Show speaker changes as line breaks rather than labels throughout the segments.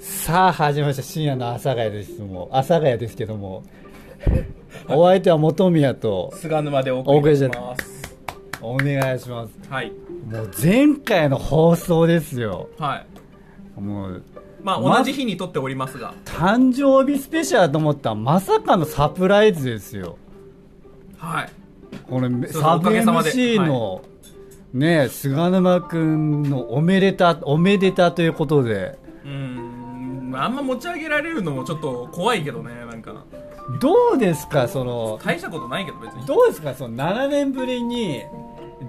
さあ始まりました深夜の阿佐ヶ谷ですもう阿佐ヶ谷ですけども お相手は本宮と
菅沼でお送りします
お願いします
はい
もう前回の放送ですよ
はい
もう
まあ
ま
同じ日に撮っておりますが
誕生日スペシャルだと思ったらまさかのサプライズですよ
はい
これ
そう
サ
お
ブ
かげさまで
MC の、ね菅沼君のおめでたおめでたということで
うーんあんま持ち上げられるのもちょっと怖いけどねなんか
どうですかその
大したことないけど別に
どうですかその7年ぶりに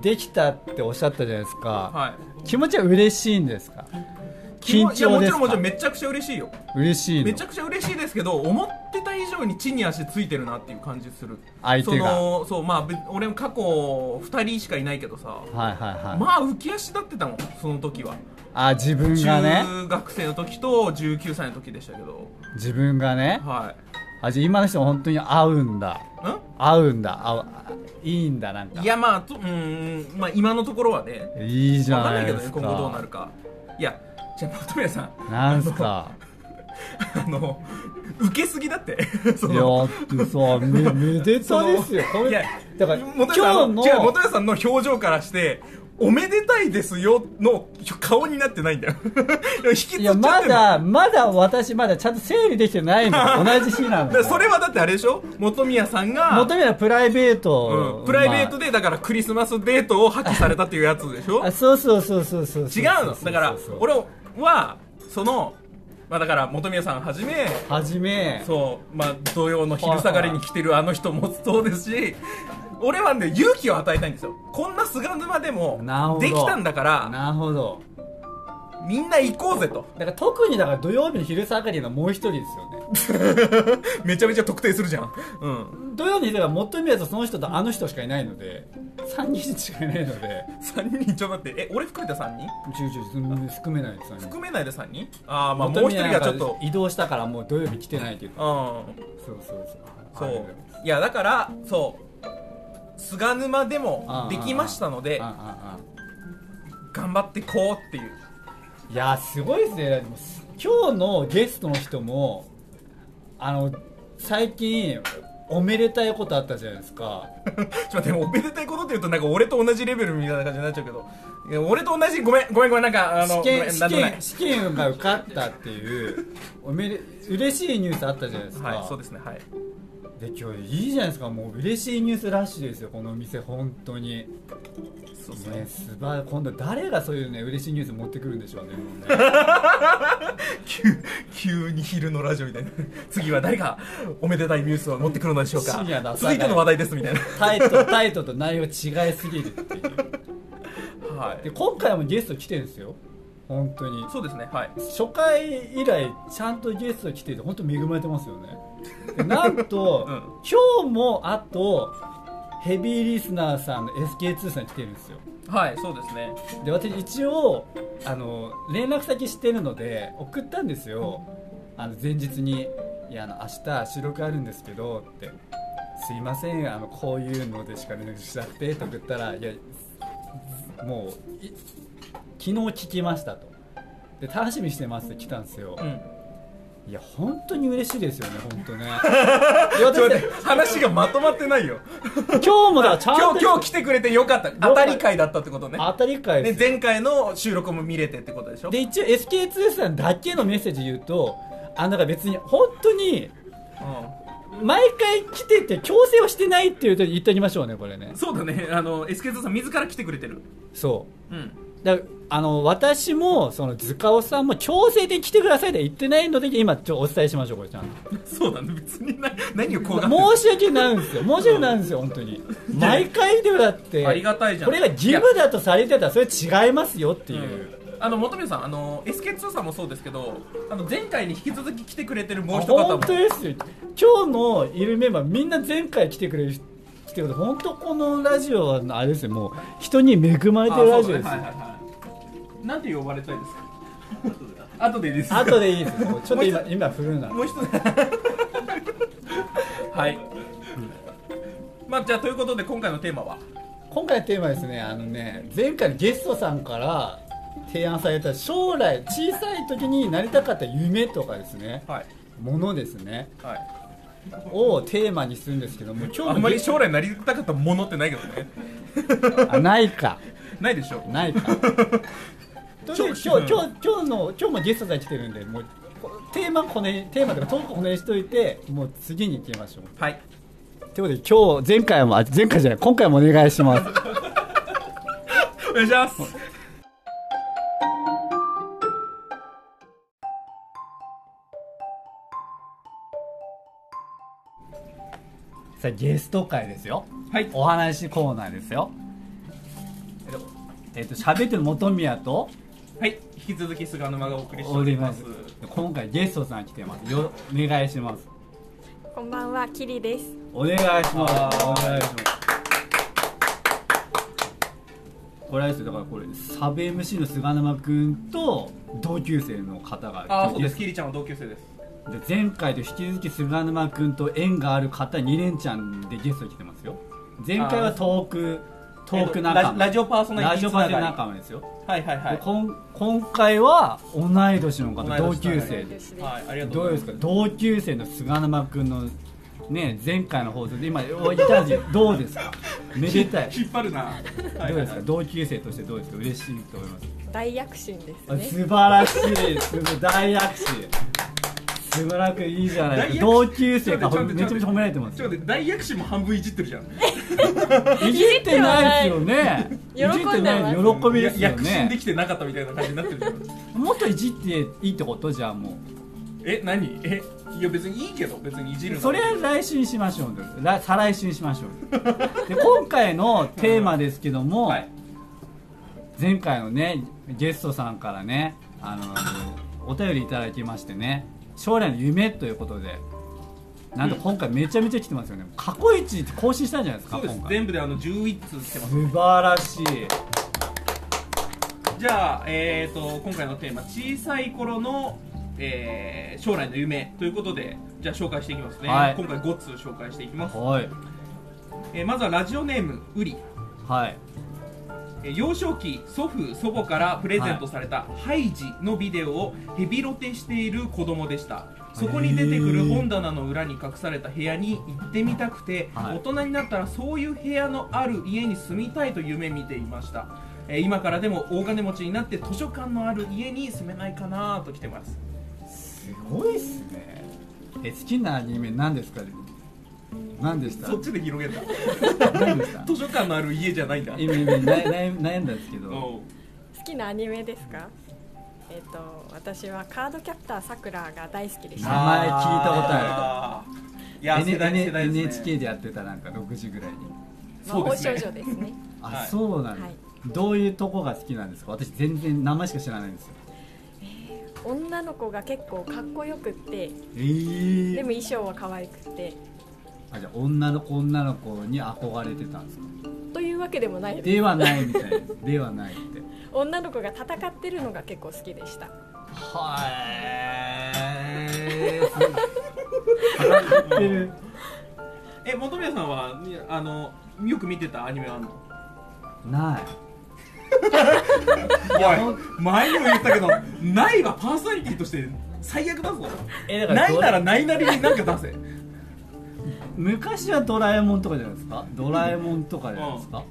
できたっておっしゃったじゃないですか、
はい
気持ちは嬉しいんですか緊
いや
張
も
で
ち
す
ろんもちろん
か
めちゃくちゃ嬉しいよ
嬉しい
め
の
ちゃくちゃ嬉しいですけど思ってた以上に地に足ついてるなっていう感じする
相手が
そのそうまあぶ俺も過去2人しかいないけどさ
はいはいはい、
まあ浮き足立ってたもんその時は
あ自分がね
中学生の時と19歳の時でしたけど
自分がね
は
あじゃあ今の人も本当に合うんだ
いん
合うんだ合うあいいんだなんか
いやまあとうーんまあ今のところはね
いいじ
わ
ゃ
かんな
ないい
け
で
どね
すか
今後どうなるかいやじゃあ本宮さん
なんすか
あの受けすぎだって そ
いやだってさ めめで
そ
た
の
ですよこ
い
れ
や
だから
本
今
宮
日
さん
の
違う本宮さんの表情からしておめでたいですよの顔になってないんだよ いや引き
い
つっちゃ
や
ってんの
まだまだ私まだちゃんと整理できてない の同じ日な
だ
の
からそれはだってあれでしょ本宮さんが
求めたプライベート、
うんプライベート
で、
でだからクリスマスデートを破棄されたっていうやつでしょ
あ、そうそうそうそうそう
違うのだから俺はそのまあだから本宮さんはじめ
はじめ
そうまあ土曜の昼下がりに来てるあの人もそうですし俺はね勇気を与えたいんですよこんな菅沼でも
なるほど
できたんだから
なるほど
みんな行こうぜと
だから特にだから土曜日の昼下がりのもう一人ですよね
めちゃめちゃ特定するじゃんうん
土曜日の昼が求めるとその人とあの人しかいないので3人しかいないので
3人ちょっと待ってえ俺含めた3人
ちょいちょいうん含めないですよね
含めないで3人ああまあもう1人がちょっと
移動したからもう土曜日来てないというか
うん
そうそうそう
そういやだからそう菅沼でもできましたので
あああ
頑張ってこうって いう
いやーすごいですねでも今日のゲストの人もあの最近おめでたいことあったじゃないですか
ちょっと待って、おめでたいことって言うと、なんか俺と同じレベルみたいな感じになっちゃうけど、いや俺と同じ、ごめん、ごめん、ごめん、なんか、あの、
試
ごめ
験
ん
試
なんでもない
験。試験が受かったっていうおめで嬉しいニュースあったじゃないですか、
はい、そうですね、はい。
で今日いいじゃないですかもう嬉しいニュースラッシュですよこのお店本当に
そうです
ね
ね。
すば今度誰がそういうね嬉しいニュース持ってくるんでしょうねもうね
急、急に昼のラジオみたいな。 次は誰がおめでたいニュースを持ってくるのでしょうか
深夜だ。
続いての話題です、みたいな。
タイトタイトと内容違いすぎるっていう
は
で
い。
今回もゲスト来てるんですよ本当に
そうですね、はい。
初回以来ちゃんとゲスト来てて本当恵まれてますよ ねでなんと、
うん
今日もあとヘビーリスナーさんの SK2 さん来てるんですよ
はい、そうですね。
で私一応あの連絡先知ってるので送ったんですよあの前日に「いやあの明日収録あるんですけど」って「すいませんあのこういうのでしか連絡しなくて」と送ったら「いやもうい昨日聞きました」と「で楽しみにしてます」って来たんですよ
うん。
いや本当に嬉しいですよね本 当ね
ちょっと待って、話がまとまってないよ。
今日もだちゃんと
今日、今日来てくれてよかった。当たり会だったってことね。
当たり会です
ね、
よ
前回の収録も見れてってことでしょ
で一応 SK2 さんだけのメッセージ言うとあのなんか別に本当に
うん。
毎回来てて強制はしてないっていうと言っておきましょうねこれね
そうだね、 あの、SK2 さん自ら来てくれてる。
そ
うん。
うだからあの私もその塚尾さんも強制で来てくださいとは言ってないので今ちょっとお伝えしましょうこれちゃんと
そうだね、別 にな何を怖がってる
申し訳ないんですよ申し訳ないんですよ本当に毎回でもだって
ありがたいじゃん
これが義務だとされてたらそれ違いますよっていう、
あの本宮さんあの SK2 さんもそうですけどあの前回に引き続き来てくれてるもう一方も
本当ですよ今日のいるメンバーみんな前回来てくれる人来てくれて本当このラジオはあれですよもう人に恵まれ
あ
てるラ
そう
ジオで
だね
す
はい
よ
はいはいなんて呼ばれたいですか後でで す
後でいいですよちょっと 今
もう
今振るな
もう一つ はいまあじゃあということで今回のテーマは
今回のテーマはですねあのね前回のゲストさんから提案された将来小さい時になりたかった夢とかですね
はい
ものですね
はい
をテーマにするんですけども今日
あんまり将来なりたかったものってないけどね
あないか
ないでしょ
ないか というわけで
ちょ
今日今日今日の今日もゲストさん来てるんでもうこテーマこねテーマとかトークこねにしといてもう次に行きましょう
はい
ということで今日前回もあ前回じゃない今回もお願いします
お願いします
さあゲスト会ですよ
はい
お話コーナーですよ
えっと
えっ、と喋ってる元宮と
はい引き続き菅沼がお送りして
お
おり
り
ま
ますす今回ゲストさん来てますよお願いします
こんばんは、キリです。
お願いしますお
はーい
願いしますこれあれですよだからこれサブ MC の菅沼君と同級生の方が
ああそうです
で
キリちゃんは同級生です
前回と引き続き菅沼君と縁がある方2連チャンでゲスト来てますよ前回はトークトーク
え
仲
っ
間
とラジラジオパーソナリティ
ラジオパーソナリティ
仲
仲間ですよ
はいはいは
で
い
こん今回は同い年の方
同い年
同級生で
同級
す
生
はいありがとう
ど
ご
う
ざ
で
いますす
か同級生の菅沼君のね前回の放送で今言ったんですよどうですかめでたい
引っ張るなはい
どう
はい
です
は
か
い
同級生としてどうですか嬉しいと思います
大躍進で
あ
すね。
素晴らしいす大躍進素晴らくいいじゃないですか
大
同
躍
級生
ちょ
が
っと
め
待って
ちゃめちゃ褒められてます
ちょっと待って大躍進も半分いじってるじゃん
いじってないですよね
喜んでます
いじってない喜びですよ
躍進で
ね
きてなかったみたいな感じになってるじゃん
もっといじっていいってことじゃあも
え何えいや別にいいけど別にいじる
う
の
それは来週にしましょう来再来週にしましょうで今回のテーマですけども、
はい
前回のねゲストさんからねあのお便りいただきましてね将来の夢ということでなんと今回めちゃめちゃ来てますよね過去一って更新したんじゃないですか
そうです
今回
全部であの11通来てます
素晴らしい
じゃあ、えー、と今回のテーマ小さい頃の、えー将来の夢ということでじゃあ紹介していきますね、
はい
今回5通紹介していきます、
はい
えーまずはラジオネームうり、
はい
えー幼少期祖父祖母からプレゼントされたハイジのビデオをヘビロテしている子供でしたそこに出てくる本棚の裏に隠された部屋に行ってみたくて、
はい
大人になったらそういう部屋のある家に住みたいと夢見ていましたえー今からでも大金持ちになって図書館のある家に住めないかなと来てます
すごいっすねえ好きなアニメ何ですか何でした
そっちで広げた
何でした
図書館のある家じゃないんだ
今今悩悩悩んだんですけど
おう
好きなアニメですか。えっ、と、私はカードキャプターさくらが大好きでし
名あ
た。
前聞いたこと
あるいや
N-
世代
N-
世代ですね
NHK でやってたなんか6時ぐらいに
そうですね
魔法少女ですね。
あ、
はい
そうなんだ、
はい
どういうとこが好きなんですか私全然名前しか知らないんですよ
女の子が結構かっこよくって、
え
で
ー
も衣装は可愛くって。
あじゃあ女の子女の子に憧れてたんですか
というわけでもないです。
ではないみたい なではないって
女の子が戦ってるのが結構好きでした。
はい 戦ってる
え本宮さんはいやあのよく見てたアニメはあんの
ない
いや前にも言ったけどないはパーソナリティとして最悪だぞ
え
ないならないなりになんか出せ
昔はドラえもんとかじゃないですかドラえもんとかじゃないですか、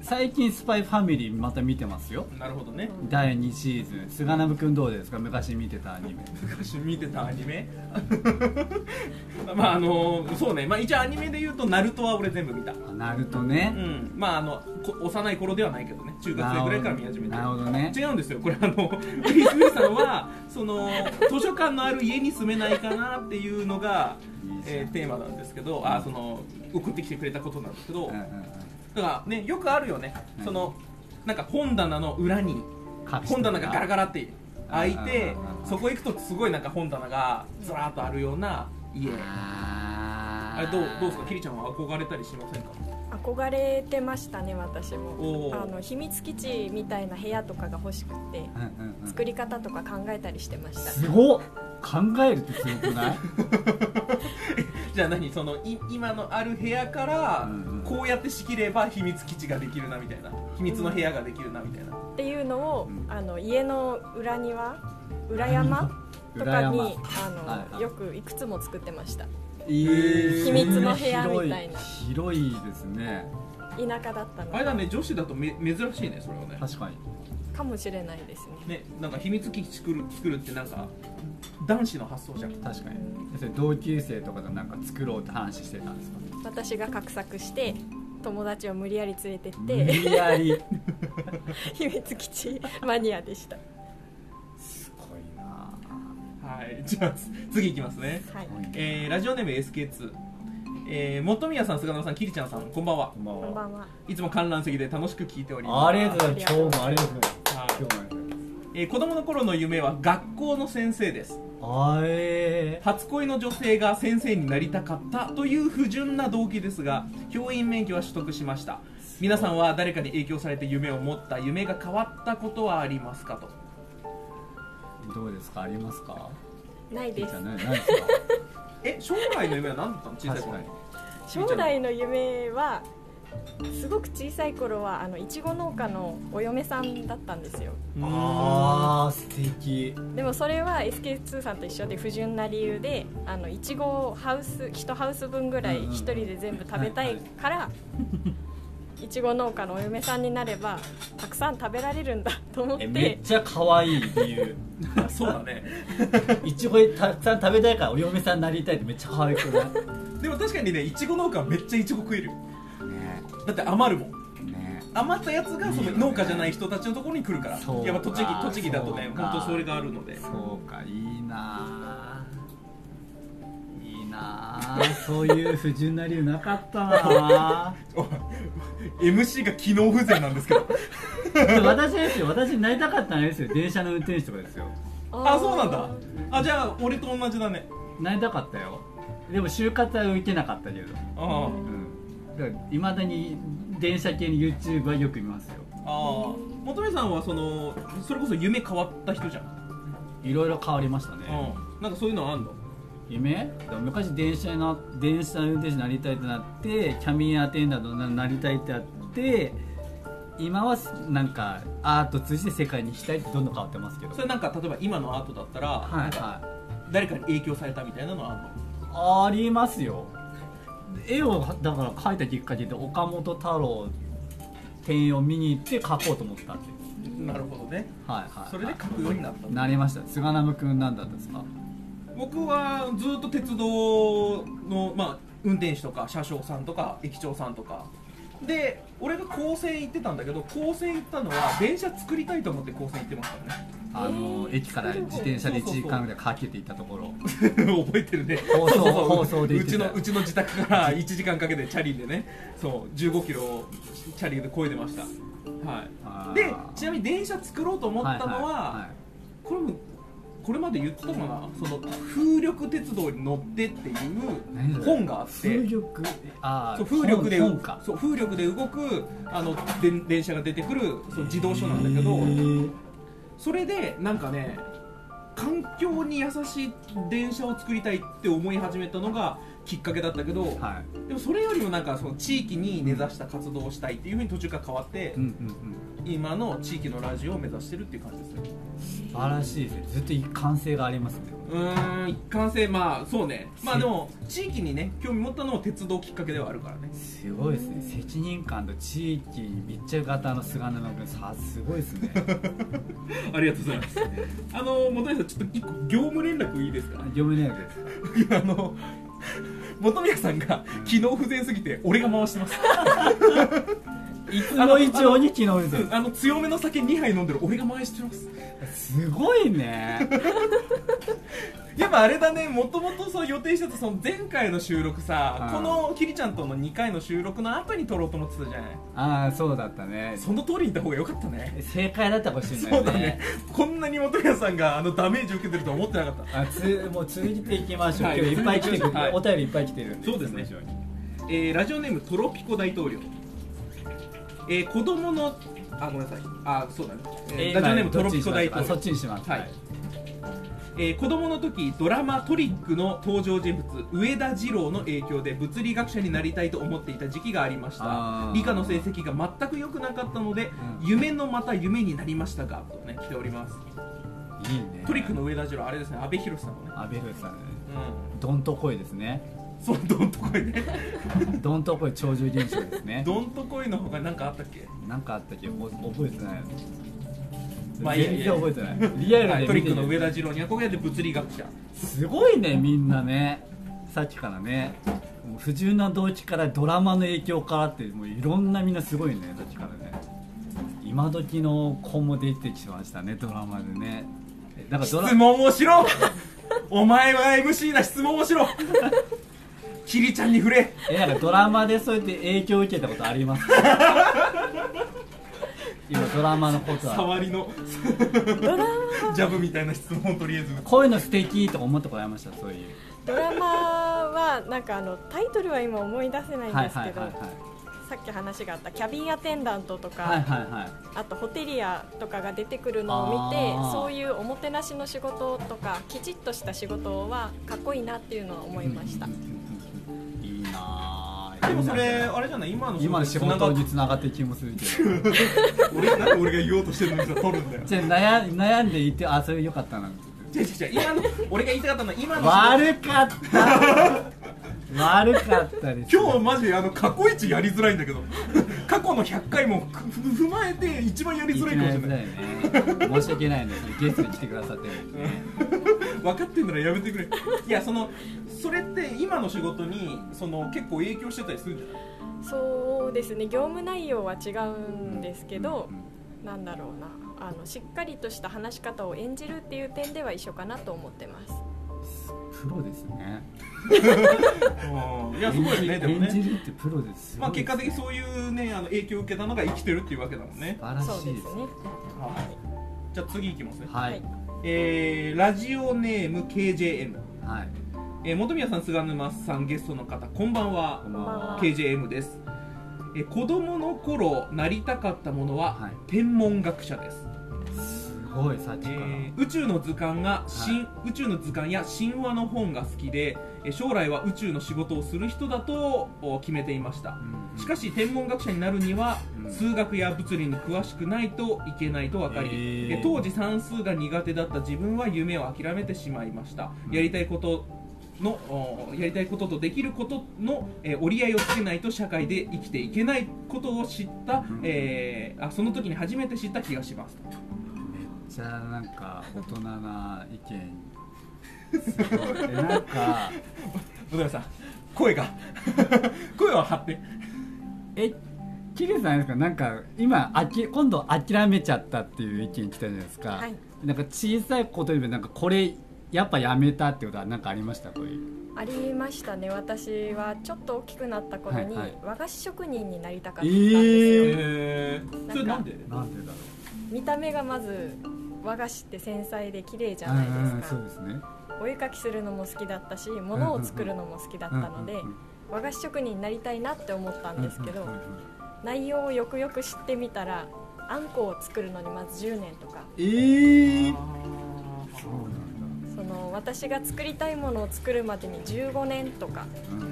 最近スパイファミリーまた見てますよ
なるほどね
第2シーズン菅波君どうですか昔見てたアニメ
昔見てたアニメ まああのそうねまあ一応アニメで言うと「ナルトは俺全部見た
あナルトね、
うんまああのこ幼い頃ではないけどね中学生ぐらいから見始めて
なるほどね
違うんですよこれあのウリウリさんはその図書館のある家に住めないかなっていうのが
いいじゃん
えーテーマなんですけどあその送ってきてくれたことなんですけど、
うんうんうん
だからねよくあるよね、
うん
そのなんか本棚の裏に本棚がガラガラって開いて
うんうんうんうん
そこ行くとすごいなんか本棚がずらーっとあるような家あれどうどうですかキリちゃんは憧れたりしませんか
憧れてましたね私
お
も
ー
あの秘密基地みたいな部屋とかが欲しくて
うんうんうん
作り方とか考えたりしてました
すごっ考えるってすごく ない
じゃあ何そのい今のある部屋から
うんうん
こうやって仕切れば秘密基地ができるなみたいな秘密の部屋ができるなみたいな
っていうのを、
うん
あの家の裏庭裏山と
裏
か
山
にあの、
はいはい
よくいくつも作ってました
えー
秘密の部屋みたいな
そん広い広いですね
田舎だったの
あれだ
で
ね女子だとめ珍しいねそれはね
確かに
かもしれないですね
ねなんか秘密基地作る作るってなんか男子の発想じゃん
確かにそれ同級生とかとなんか作ろうって話してたんですか
私が画策して友達を無理やり連れてっ
無
て
理や り
秘密基地マニアでした
すごいな
はい じゃあつ次いきますね、
はい
すごいね
えーラジオネーム SK2 えー、本宮さん、菅野さん、キリちゃんさん、こんばんは
こ。んばん
こんばんはい
つも観覧席で楽しく聞いております。
はありがとうございます今日もありがとうござい
はい
ます今日も
えー子供の頃の夢は学校の先生です。
あえ
初恋の女性が先生になりたかったという不純な動機ですが教員免許は取得しました皆さんは誰かに影響されて夢を持った夢が変わったことはありますかと
どうですかありますか
ない
いい
で
じ
す
ゃないないですか
え将来の夢は何だったの小さい
確
頃
かに
将来の夢はすごく小さい頃はあのいちご農家のお嫁さんだったんですよ
うーん
ああ素敵
でもそれは SK2 さんと一緒で不純な理由であのいちごをハウス1ハウス分ぐら
うん
い
うん
一人で全部食べたいから いちご農家のお嫁さんになればたくさん食べられるんだ と思っ
えめ
て
っちゃ可愛い理 由
そうだね
いちごたくさん食べたいからお嫁さんになりたいってめっちゃ可愛くない
でも確かにねいちご農家はめっちゃいちご食えるよだって余るも
ね
ん
ね
余ったやつがそ
いい
の
よね
農家じゃない人たちのところに来るから
そうか
やっぱ栃木栃木だとね
そうか
本当それがあるので
そうかいいなあいいなあそういう不純な理由なかったなあ
おい MC が機能不全なんですけど
私ですよ私になりたかったんですよ電車の運転手とかですよ
あそうなんだあじゃあ俺と同じだね
なりたかったよでも就活は受けなかったけど
ああ
うんだからいまだに電車系に YouTube はよく見ますよ
ああ本宮さんはそのそれこそ夢変わった人じゃん、
いろいろ変わりましたね、
うん、なんかそういうのあんの
夢昔電車な電車運転手になりたいってなってキャミンアテンダントになりたいってなって今はなんかアート通じて世界に行きたいってどんどん変わってますけど
それなんか例えば今のアートだったら、
はいは
誰かに影響されたみたいなのはあん
い
の
ありますよ絵をだから描いたきっかけで岡本太郎展を見に行って描こうと思ったんで
なるほどね
はいはい、はい、
それで書くようになったの
なりました菅波くんなんだったんですか
僕はずっと鉄道の、まあ、運転手とか車掌さんとか駅長さんとかで俺が高専行ってたんだけど高専行ったのは電車作りたいと思って高専行ってましたね
あの
えー
駅から自転車で1時間ぐらいかけていたところ
覚えてるね
放送
そうそうそう
放送で言
う
って
ち
た
のうちの自宅から1時間かけてチャリでねそう15キロをチャリで越えてました、はい、
あー
でちなみに電車作ろうと思ったのは、
はいはい
これもこれまで言ったかなその風力鉄道に乗ってってい
何そうれ
本があって
風力あ
そう風力で
本本か
そう風力で動くあので電車が出てくるそう自動車なんだけど、
へー
それでなんかね環境に優しい電車を作りたいって思い始めたのがきっかけだったけど、
はい
でもそれよりもなんかその地域に根ざした活動をしたいっていうふうに途中から変わって、
うんうんうん
今の地域のラジオを目指してるっていう感じですね
素晴らしいですねずっと一貫性がありますね
うーん一貫性まあそうねまあでも地域にね興味持ったのも鉄道きっかけではあるからね
すごいですね責任感と地域密着型の菅沼君さすごいですね
ありがとうございます あの本宮さんちょっと一個業務連絡いいですか
読めないです
あの本宮さんが機能不全すぎて俺が回して ます
い つも以上に機能不全
あの強めの酒2杯飲んでる俺が回してます
すごいね
やっぱあれだねもともと予定してたその前回の収録さ
うん
このキリちゃんとの2回の収録の後に撮ろうと思ってたじゃない
ああそうだったね
その通りに行った方が良かったね
正解だったかもしれな
そう
い
だ
ね
ねこんなに本宮さんがあのダメージ受けてるとは思ってなかった
あつもう続いていきましょう、
はい
今日いっぱい来てくれ、
はい
お便りいっぱい来てるんで
そうですね
いつも以上に
えーラジオネームトロピコ大統領、えー子供のあごめんなさいあそうだね、えーラジオネームトロピコ大統
あそっ
領、
ちにします。
はいえー子供の時ドラマ「トリック」の登場人物上田二郎の影響で物理学者になりたいと思っていた時期がありました
あー
理科の成績が全く良くなかったので、
うん
夢のまた夢になりましたがとね来ております
いいね。
トリックの上田二郎あれですね阿部寛さんのね
阿部寛さんね。
う
どんとこいです ね。
んそうどんとこいね
どんとこい超重現象ですね。
どんとこいのほか何かあったっけ
なんかあったっけど覚えてない。
まあいいや
全然覚えてない。リアル
はい
で
トリックの
見て
上
る
田二郎に憧れて物理学者
すごいねみんなね。さっきからね。もう不純な動機からドラマの影響からってもういろんなみんなすごいねさっきからね。今時の子も出てきましたねドラマでね。だから
質
ドラ
問をし ろお前は MC だ質問をしろキリちゃんに触れ
えなんかドラマでそうやって影響を受けたことあります 今ドラマのことは
触りの
ドラマ
ジャブみたいな質問をとりあえず
こういうの素敵とか思ったことありましたそういう
ドラマはなんかあのタイトルは今思い出せないん
はい
です
はい
け
はい
ど、
はい
さっき話があったキャビンアテンダントとか、
はいはいはい
あとホテリアとかが出てくるのを見て
あー
そういうおもてなしの仕事とかきちっとした仕事はかっこいいなっていうのは思いました、
うんうんうんいいなあ
でもそれ
いいな
あれじゃない今の
今の仕事に
に
つながってる気もするけ ど
俺なんで俺が言おうとしてるのにさ取るんだよ
じゃあ悩悩んでいてあそれよかったな
違う違う違う今の俺が言いたかったのは今の仕
悪かった悪かったです
事今日マジあの過去一やりづらいんだけど 過去の100回もふ ふ踏まえて一番やりづらいかもしれない
いね申し訳ないねそれゲストに来てくださってるんでね
分かってんならやめてくれいやそのそれって今の仕事にその結構影響してたりするんじゃない
そうですね業務内容は違うんですけど
う、ん
なんだろうなあのしっかりとした話し方を演じるっていう点では一緒かなと思ってます
プロですね。
いやすごいよね
演
で
じ
も
演
ね
じるってプロです。
まあ結果的に
う。
そういうねあの影響を受けたのが生きてるっていうわけだもんね
素晴らし
そう
い
で
です
す。ね
はいじゃあ次いきますね、
は
はいい。
えーラジオネーム KJM、
はい。
えー本宮さん菅沼さんゲストの方こんばんは
こんばんは。
はい
KJM です、えー子供の頃なりたかったものは、
はい
天文学者です
すごいさっき
え
から。
ー宇宙の図鑑が新、宇宙の図鑑や神話の本が好きでえー将来は宇宙の仕事をする人だとお決めていました
うん
しかし天文学者になるには、
うん
数学や物理に詳しくないといけないと分か
へ
り、
ー
え当時算数が苦手だった自分は夢を諦めてしまいました、
うん
やりたいことのおやりたいこととできることの、えー折り合いをつけないと社会で生きていけないことを知った、
ん
えーあその時に初めて知った気がします
めっちゃなんか大人な意見。すごい。えなんか
小田さん声が 声を張って
え。キリさんですかなんか今あき今度諦めちゃったっていう意見来たじゃないですか、
はい
なんか小さいことよりもなんかこれやっぱやめたってことはなんかありましたこういう
ありましたね私はちょっと大きくなった頃に、
はいはい
和菓子職人になりたかったんですよ、
え
えー、それなんで
なんでだろ
見た目がまず和菓子って繊細で綺麗じゃ
う
ない
うんうん
ですか、
そうですね
お絵かきするのも好きだったし物を作るのも好きだったので、
うんうんうん
和菓子職人になりたいなって思ったんですけど、
うんうんうんうん
内容をよくよく知ってみたらあんこを作るのにまず10年とか
えー、
あ
そうなんだ、
その私が作りたいものを作るまでに15年とか
うんう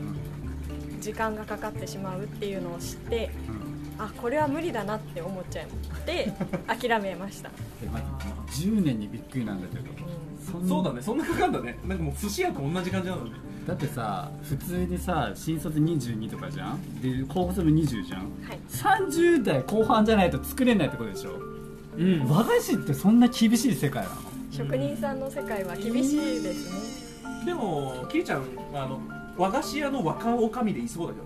ん
時間がかかってしまうっていうのを知って
うん、
あこれは無理だなって思っちゃ って諦めました、
え待って10年にびっくりなんだけど
うん
そん
ーそうだねそんなかかんだねなんかもう寿司屋と同じ感じなのね
だってさ普通にさ新卒22とかじゃんで高卒も20じゃん
はい、
30代後半じゃないと作れないってことでしょ
うん
和菓子ってそんな厳しい世界なの
職人さんの世界は厳しいですね、
でもキリちゃんあの和菓子屋の若おかみでいそうだけ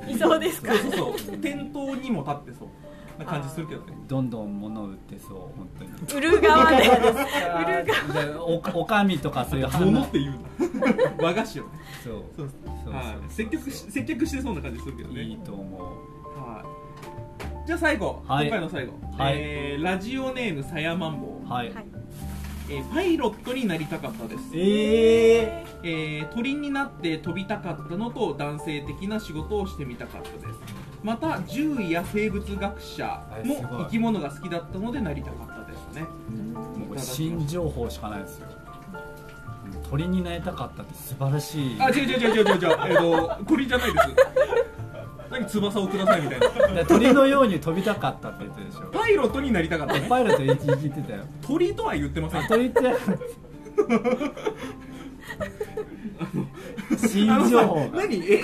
どね
いそうですか
そうそうそう店頭にも立ってそうな感じするけどね
どんどん物を売ってそう本当に
売る側で売る
でおお かみとかそういう花
物って言うな 和菓子をね
そう
そう
そう
はい
そう
接客し接客してそうな感じするけどね
いいと思う
はいじゃあ最後、
はい
今回の最後、
はい
えーラジオネームさやまんぼう
はい、
はい
えーパイロットになりたかったです、
ええ
えー鳥になって飛びたかったのと男性的な仕事をしてみたかったですまた獣医や生物学者
はい
も
すごい
生き物が好きだったのでなりたかったですね
もう新情報しかないですよ鳥になりたかったって素晴らしい
あ違う違う違う違う違う違う、えー、と鳥じゃないです何翼をくださいみたいな
鳥のように飛びたかったって言ってるでし ょ
パイロットになりたかったね
パイロット一時聞いてたよ
鳥とは言ってません
鳥って新情報が
何え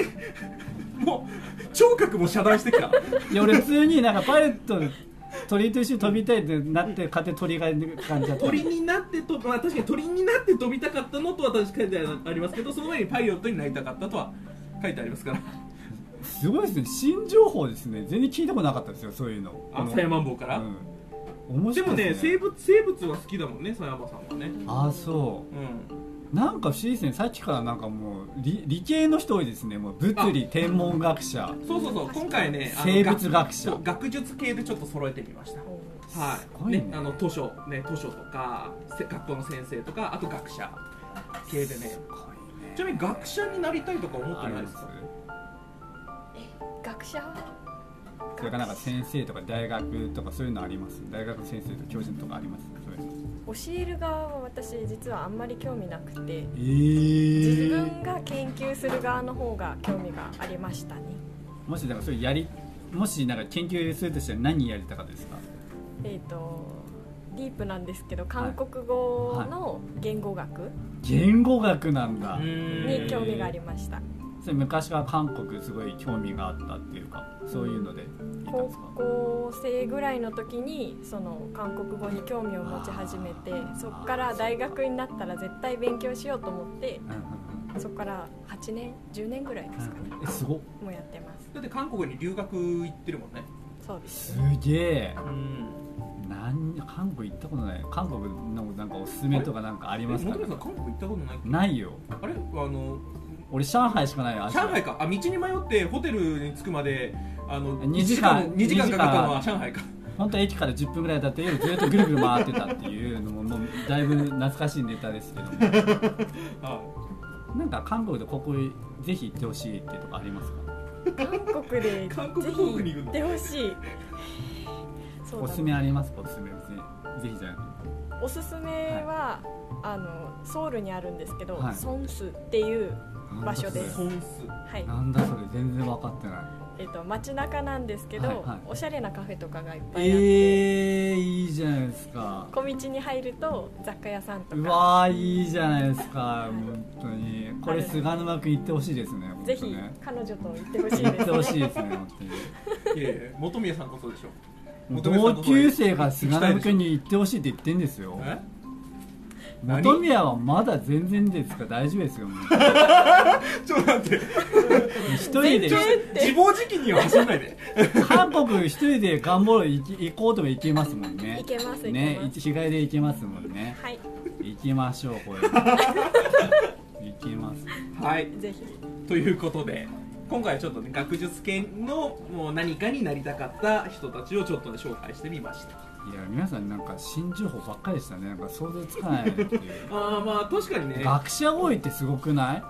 もう聴覚も遮断してきた
いや俺普通になんかパイロット鳥と一緒に飛びたいってなって勝手に鳥が感じちゃった
鳥になってと、まあ、確かに鳥になって飛びたかったのとは確かにありますけどその前にパイロットになりたかったとは書いてありますから
すごいですね新情報ですね全然聞いたことなかったですよそういうの
あサヤマンボウから、
うん、面
で
白
も
い
ね
す
生物生物は好きだもんねさやまさんはね
ああそ
うん
うなんか不思議ですねさっきからなんかもう理理系の人多いですねもう物理天文学者
そうそうそう今回ねあの
生物学者
そう学術系でちょっと揃えてみましたは
す
い
ごい
ね
ね
あの図書ね図書とかせ学校の先生とかあと学者系でねちなみに学者になりたいとか思ってないですか
学者
それかなんか先生とか大学とかそういうのあります大学先生と教授とかありますそういうの
教える側は私実はあんまり興味なくて
え
自分が研究する側の方が興味がありましたね
もしなんかそういうやりもしなんか研究するとしたら何やりたかったですか
えっ、とディープなんですけど韓国語の言語学
言語学なんだ
うーん
に興味がありました
それ昔から韓国すごい興味があったっていうかそういうのでいたん
高
ですか
校生ぐらいの時にその韓国語に興味を持ち始めてそこから大学になったら絶対勉強しようと思って
うんうん
そこから8年10年ぐらいですかね
うんえすごっ
もうやってます
だって韓国に留学行ってるもんね
そうです
すげえ
うん
なん韓国行ったことない韓国のなんかおすすめとかなんかあり
え
ます
本
か
当さん韓国行ったことない
ないよ
あれあの
俺上海しかないよ
上海かあ道に迷ってホテルに着くまであの
二時間
2時間かかったのは上海か
本当は駅から10分ぐらい経って夜ずっとぐるぐる回ってたっていうのももうだいぶ懐かしいネタですけども
は
なんか韓国でここぜひ行ってほしいっていうとかありますか
韓国で
韓国航空
ぜ
に
ひ
行く
行
の
ってほしいそう
お
だ
すす
な
めありますかおすすめぜひぜひじゃな
おすすめは、あのソウルにあるんですけど、
はい
ソンスっていう、
い
場所
い
で
ソンス
はい
なんだそれ全然分かってな
えっと街中なんですけど、
はいはい
おしゃれなカフェとかがいっぱいあっ
い
て、
えー、いいじゃないですか
小道に入ると雑貨屋さんと
う
か
わーいいじゃないですか本当にこれ菅沼君行ってほしいですね本
ぜ
当
ひ
ね
彼女と行ってほしい
行ってほ
です
し
ね
いですね本当に
いやいや本宮さんこそでしょ
もう同級生が菅波君に行ってほしいって言ってんですよ
え 何
本宮はまだ全然ですから大丈夫ですよもう
ちょっと待って
一人で
全然
自暴自棄には走らないで
韓国一人で頑張ろう行き行こうとも行けますもんね
行けます
ね
行けます
日帰りで行けますもんね
はい
行きましょうこ れ行きます
はい
ぜひ
ということで今回はちょっとね学術系のもう何かになりたかった人たちをちょっとね紹介してみました
いや皆さんなんか新情報ばっかりでしたねなんか想像つかないって いう
ああまあ確かにね
学者多いってすごくない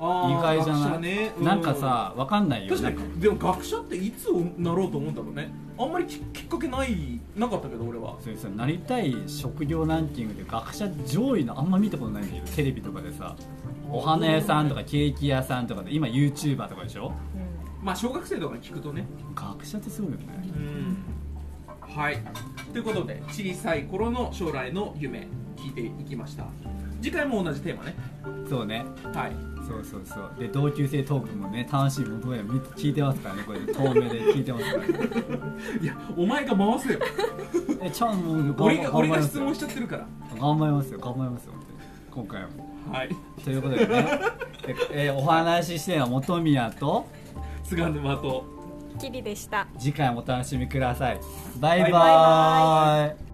あ
意
ー
外じゃ
学
な
者
い、
ねう
なんかさわかんないよ
確かにでも学者っていつなろうと思うんだろうねあんまりききっかけないなかったけど俺は
そういうさなりたい職業ランキングで学者上位のあんま見たことないんだけどテレビとかでさお花屋さんとかケーキ屋さんとかで今 YouTuber とかでしょ
まあ小学生とかに聞くとね
学者ってすごいよね
うんはいということで小さい頃の将来の夢聞いていきました次回も同じテーマね
そうね
はい
そうそうそうで同級生トークもね楽しい僕ら見て聞いてますからねこれ遠目で聞いてますからね
いやお前が回 せよ
えちょもう
俺が
頑張
俺
り
が
ます
質
よ
問しちゃってるから
頑張りますよ頑張りますよ本当に今回も
はい
ということでね ええお話ししてるのは本宮と
菅沼と
キリでした
次回もお楽しみくださいバイバ
バイ
イ
バ
バイ